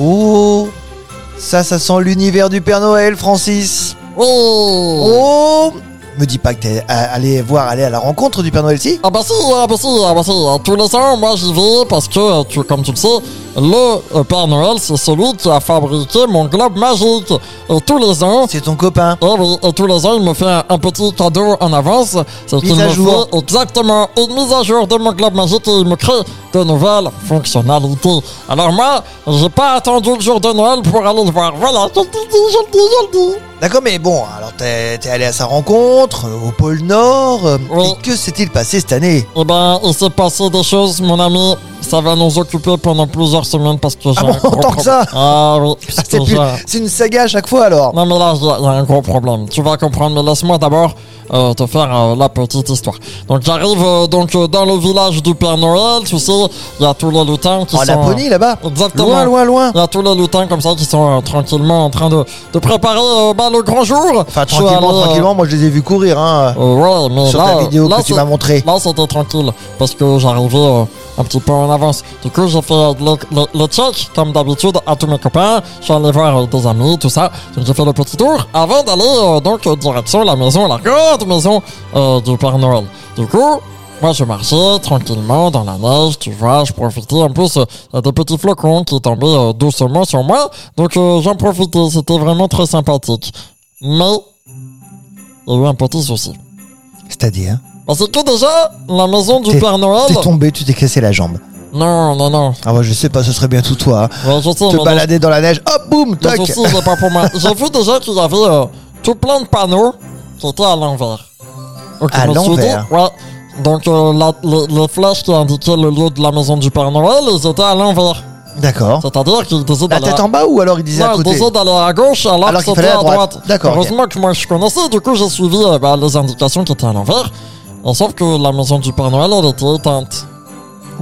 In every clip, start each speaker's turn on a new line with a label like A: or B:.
A: Oh Ça, ça sent l'univers du Père Noël, Francis
B: Oui
A: Oh Me dis pas que t'es a- allé voir, aller à la rencontre du Père Noël, si
B: Ah bah si, ah bah si, ah bah si. euh, Tous les ans, moi j'y vais parce que, euh, tu- comme tu le sais, le euh, Père Noël, c'est celui qui a fabriqué mon globe magique. Et tous les ans,
A: C'est ton copain.
B: Ah oui, et tous les ans, il me fait un petit cadeau en avance. C'est
A: Mise
B: qu'il
A: à
B: me
A: jour.
B: fait exactement une mise à jour de mon globe magique et il me crée de nouvelles fonctionnalités. Alors moi, j'ai pas attendu le jour de Noël pour aller le voir. Voilà, je le dis, je le dis, je le dis.
A: D'accord, mais bon, alors t'es t'es allé à sa rencontre, euh, au pôle Nord. euh,
B: Oui.
A: Et que s'est-il passé cette année
B: Eh ben, il s'est passé des choses, mon ami. Ça va nous occuper pendant plusieurs semaines parce que j'ai
A: bon,
B: un gros
A: tant que
B: problème.
A: ça
B: Ah oui,
A: Ah,
B: parce
A: c'est
B: que
A: plus-
B: j'ai-
A: c'est une saga à chaque fois, alors
B: Non mais là, il y, a- il y a un gros problème. Tu vas comprendre, mais laisse-moi d'abord euh, te faire euh, la petite histoire. Donc j'arrive euh, donc euh, dans le village du Père Noël, tu sais, il y a tous les lutins qui
A: En
B: sont... euh,
A: Laponie, là-bas
B: Exactement.
A: Oh, Loin, loin, loin
B: Il y a tous les lutins comme ça qui sont euh, tranquillement en train de, de préparer euh, bah, le grand jour.
A: Enfin,
B: Je suis
A: tranquillement,
B: allé, euh,
A: tranquillement, moi je les ai vus courir, hein,
B: euh, ouais, mais
A: sur
B: là,
A: ta vidéo
B: là,
A: que tu
B: c'est-
A: m'as montrée.
B: Là, c'était tranquille parce que j'arrivais euh, un petit peu en avance. Du coup, j'ai fait euh, le, le- le check, comme d'habitude, à tous mes copains. Je suis allé voir euh, des amis, tout ça. Donc, j'ai fait le petit tour avant d'aller euh, donc euh, direction la maison, la grande maison euh, du Père Noël. Du coup, moi, je marchais tranquillement dans la neige, tu vois, je profitais. En plus, euh, il y a des petits flocons qui tombaient euh, doucement sur moi. Donc, euh, j'en profitais. C'était vraiment très sympathique. Mais, il y a eu un petit souci.
A: C'est-à-dire
B: Parce que déjà, la maison du
A: T'es-
B: Père Noël.
A: hein. T'es tombé, tu t'es cassé la jambe.
B: Non, non, non.
A: Ah ouais, je sais pas, ce serait bien tout toi. hein.
B: Ouais, je sais,
A: Te
B: mais
A: balader dans la neige, hop, boum,
B: le-
A: toc
B: le souci, c'est pas pour moi. J'ai vu déjà qu'il y avait euh, tout plein de panneaux qui étaient à l'envers. Donc,
A: À
B: je me suis dit,
A: l'envers.
B: Ouais. Donc, euh, la- le- les flèches qui indiquaient le lieu de la maison du Père Noël, ils étaient à l'envers.
A: D'accord.
B: C'est-à-dire qu'ils décident
A: La
B: d'aller
A: tête
B: à...
A: en bas ou alors il disait à
B: Ouais, ils
A: côté
B: décident d'aller à gauche alors,
A: Alors
B: que
A: qu'il
B: c'était
A: fallait
B: à
A: à droite.
B: droite.
A: D'accord, ok.
B: Heureusement que moi je connaissais, du coup j'ai suivi euh, bah, les indications qui étaient à l'envers. Et Sauf que la maison du Père Noël, elle était éteinte.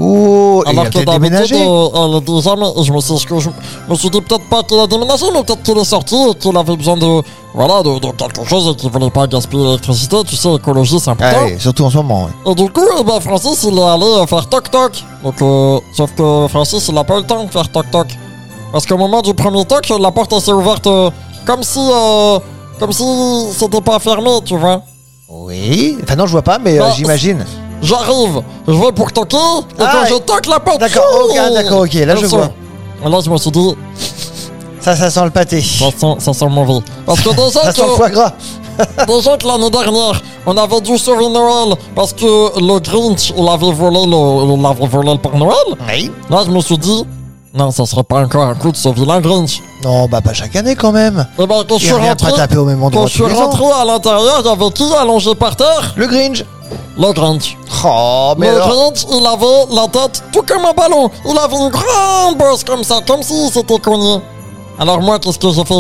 A: Oh, et il
B: Alors
A: a
B: que
A: peut-être
B: d'habitude,
A: déménagé.
B: euh, elle a déjà, mais je me suis, je, me suis dit peut-être pas qu'il a déménagé, mais peut-être qu'il est sorti et qu'il avait besoin de, voilà, de, de quelque chose et qu'il voulait pas gaspiller l'électricité. Tu sais, écologie, c'est important.
A: Ah oui, surtout en ce moment. ouais.
B: Et du coup, eh ben, Francis, il est allé euh, faire toc-toc. Donc, euh, sauf que Francis, il a pas eu le temps de faire toc-toc. Parce qu'au moment du premier toc, la porte elle s'est ouverte euh, comme si, euh, comme si c'était pas fermé, tu vois.
A: Oui. Enfin non, je vois pas, mais euh,
B: Bah,
A: j'imagine.
B: J'arrive, je vais pour toquer, et
A: Ah,
B: quand je
A: et-
B: toque la porte,
A: D'accord,
B: fou
A: ok, ah, d'accord, ok, là, je
B: Elle
A: vois.
B: s'ouvre. Et là, je me suis dit,
A: Ça, ça sent le pâté.
B: Ça sent, ça sent mauvais. Parce que déjà
A: Ça sent le foie
B: que,
A: gras.
B: déjà que l'année dernière, on avait dû sauver Noël parce que le Grinch, il avait volé le, il avait volé le Père Noël.
A: Oui.
B: Là, je me suis dit, non, ça serait pas encore un coup de sauver la Grinch.
A: Non, bah pas chaque année quand même.
B: Et ben, quand je
A: Il
B: suis
A: revient pas
B: rentré,
A: taper au même
B: quand
A: endroit
B: je suis
A: tous les ans.
B: rentré à l'intérieur, il y avait qui allongé par terre?
A: Le Grinch.
B: Le Grinch.
A: Oh, mais
B: le
A: alors.
B: Grinch, il avait la tête tout comme un ballon. Il avait une grande bosse comme ça, comme s'il s'était cogné. Alors moi, qu'est-ce que j'ai fait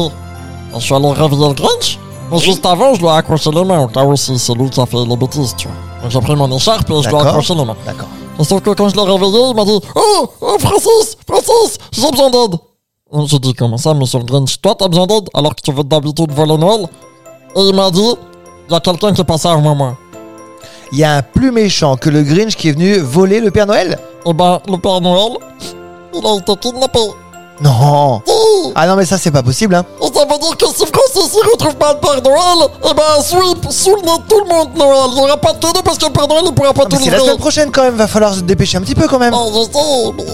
B: Je suis allé réveiller le Grinch. Mais juste avant, je lui ai accroché les mains au cas où c'est c'est lui qui a fait les bêtises, tu vois. Donc j'ai pris mon écharpe et je lui ai
A: D'accord.
B: accroché les mains.
A: D'accord.
B: Et sauf que quand je l'ai réveillé, il m'a dit Oh, oh Francis, Francis, j'ai besoin d'aide. Et J'ai dit Comment ça, monsieur le Grinch Toi, t'as besoin d'aide alors que tu veux d'habitude voler Noël Et il m'a dit Il y a quelqu'un qui est passé avant moi.
A: Il y a un plus méchant que le Grinch qui est venu voler le Père Noël
B: Eh ben, le Père Noël, il a été kidnappé.
A: Non.
B: Si
A: Ah non, mais ça, c'est pas possible, hein.
B: Et ça veut dire que si Francis ne retrouve pas le Père Noël, eh ben, sweep, sous le nez de tout le monde, Noël. Il n'y aura pas de cadeau parce que le Père Noël ne pourra pas
A: Ah, Mais
B: tout
A: c'est la semaine
B: livrer.
A: prochaine quand même, va falloir se dépêcher un petit peu quand même.
B: Ah, je sais, mais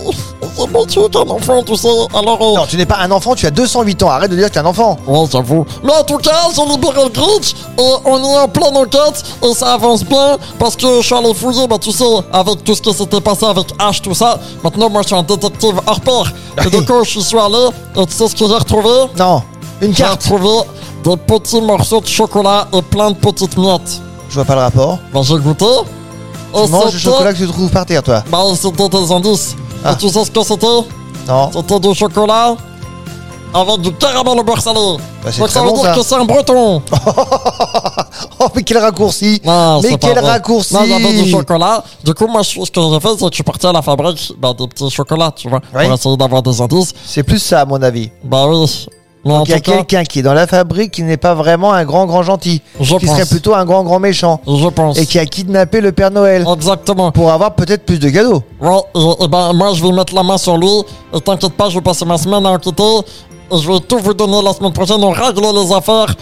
B: c'est mon truc, un enfant, tout ça. Alors, euh,
A: Non, tu n'es pas un enfant, tu as 208 ans, arrête de dire que t'es un enfant.
B: ouais, j'avoue. Mais en tout cas, j'ai libéré le Grinch et on est en pleine enquête et ça avance bien parce que je suis allé fouiller, bah, tu sais, avec tout ce qui s'était passé avec H, tout ça. Maintenant, moi, je suis un détective hors pair.
A: Ah,
B: Et du coup, je suis allé et tu sais ce que j'ai retrouvé?
A: Non, une
B: J'ai
A: carte.
B: retrouvé des petits morceaux de chocolat et plein de petites miettes.
A: Je vois pas le rapport.
B: Ben, j'ai goûté. Et
A: Tu manges le
B: c'était-
A: chocolat que tu trouves par terre, toi.
B: Ben, c'était des indices.
A: Ah.
B: Et tu sais ce que c'était
A: Non.
B: C'était du chocolat avec du caramel au beurre salé.
A: Bah, c'est
B: Donc, ça
A: très
B: veut
A: bon,
B: dire
A: ça.
B: que c'est un breton.
A: Oh, mais quel raccourci
B: Non,
A: Mais
B: c'est pas
A: quel
B: vrai.
A: raccourci
B: Non, j'avais du chocolat. Du coup, moi, je- ce que j'ai fait, c'est que je suis parti à la fabrique ben, des petits chocolats, tu vois,
A: Oui.
B: pour essayer d'avoir des indices.
A: C'est plus ça, à mon avis.
B: Bah oui. Mais en
A: Donc il y a
B: tout cas,
A: quelqu'un qui est dans la fabrique qui n'est pas vraiment un grand grand gentil,
B: je
A: qui serait
B: pense.
A: plutôt un grand grand méchant
B: Je pense.
A: et qui a kidnappé le Père Noël
B: Exactement.
A: pour avoir peut-être plus de cadeaux.
B: Ouais, et, et ben, moi, je vais mettre la main sur lui. Et t'inquiète pas, je vais passer ma semaine à enquêter. Et je vais tout vous donner la semaine prochaine. On règle les affaires.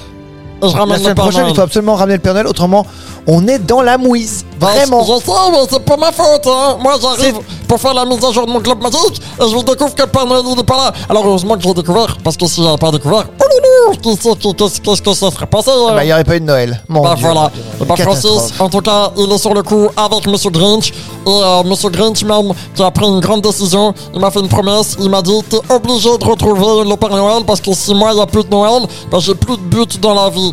B: Et je ramène
A: La
B: le
A: semaine
B: Père
A: prochaine,
B: Noël.
A: il faut absolument ramener le Père Noël, autrement on est dans la mouise,
B: Ben,
A: vraiment.
B: Je sais, mais c'est pas ma faute, hein. Moi, j'arrive pour faire la mise à jour de mon globe magique et je découvre que le Père Noël il est pas là. Alors, heureusement que j'ai découvert, parce que si j'avais pas découvert, oh là là, qu'est-ce que- qu'est-ce qu'est-ce que ça serait passé, hein.
A: Bah, il n'y aurait pas eu de Noël. Mon
B: Bah
A: Dieu.
B: voilà. Bah
A: Catastrophe.
B: Francis, en tout cas, il est sur le coup avec Monsieur Grinch. Et euh, Monsieur Grinch même, qui a pris une grande décision, il m'a fait une promesse. Il m'a dit, t'es obligé de retrouver le Père Noël parce que si moi, il n'y a plus de Noël, bah j'ai plus de but dans la vie.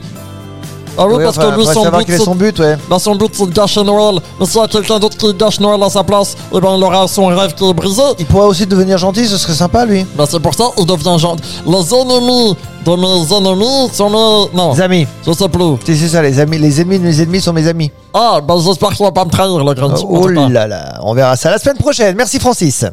B: Ah oui,
A: Oui,
B: parce
A: enfin,
B: que lui,
A: faudrait
B: son
A: savoir
B: but,
A: quel est
B: c'est-
A: son but, ouais.
B: bah son but c'est de gâcher Noël, mais s'il y a quelqu'un d'autre qui gâche Noël à sa place, et ben il aura son rêve qui est brisé.
A: Il pourrait aussi devenir gentil, ce serait sympa lui.
B: Bah c'est pour ça il devient genre les ennemis de mes ennemis sont mes non
A: Les amis,
B: je sais plus.
A: c'est c'est ça, les amis, les ennemis de mes ennemis sont mes amis.
B: Ah bah j'espère qu'il va pas me trahir le Grinch. en
A: Oh
B: tout cas.
A: là là, on verra ça la semaine prochaine. Merci Francis.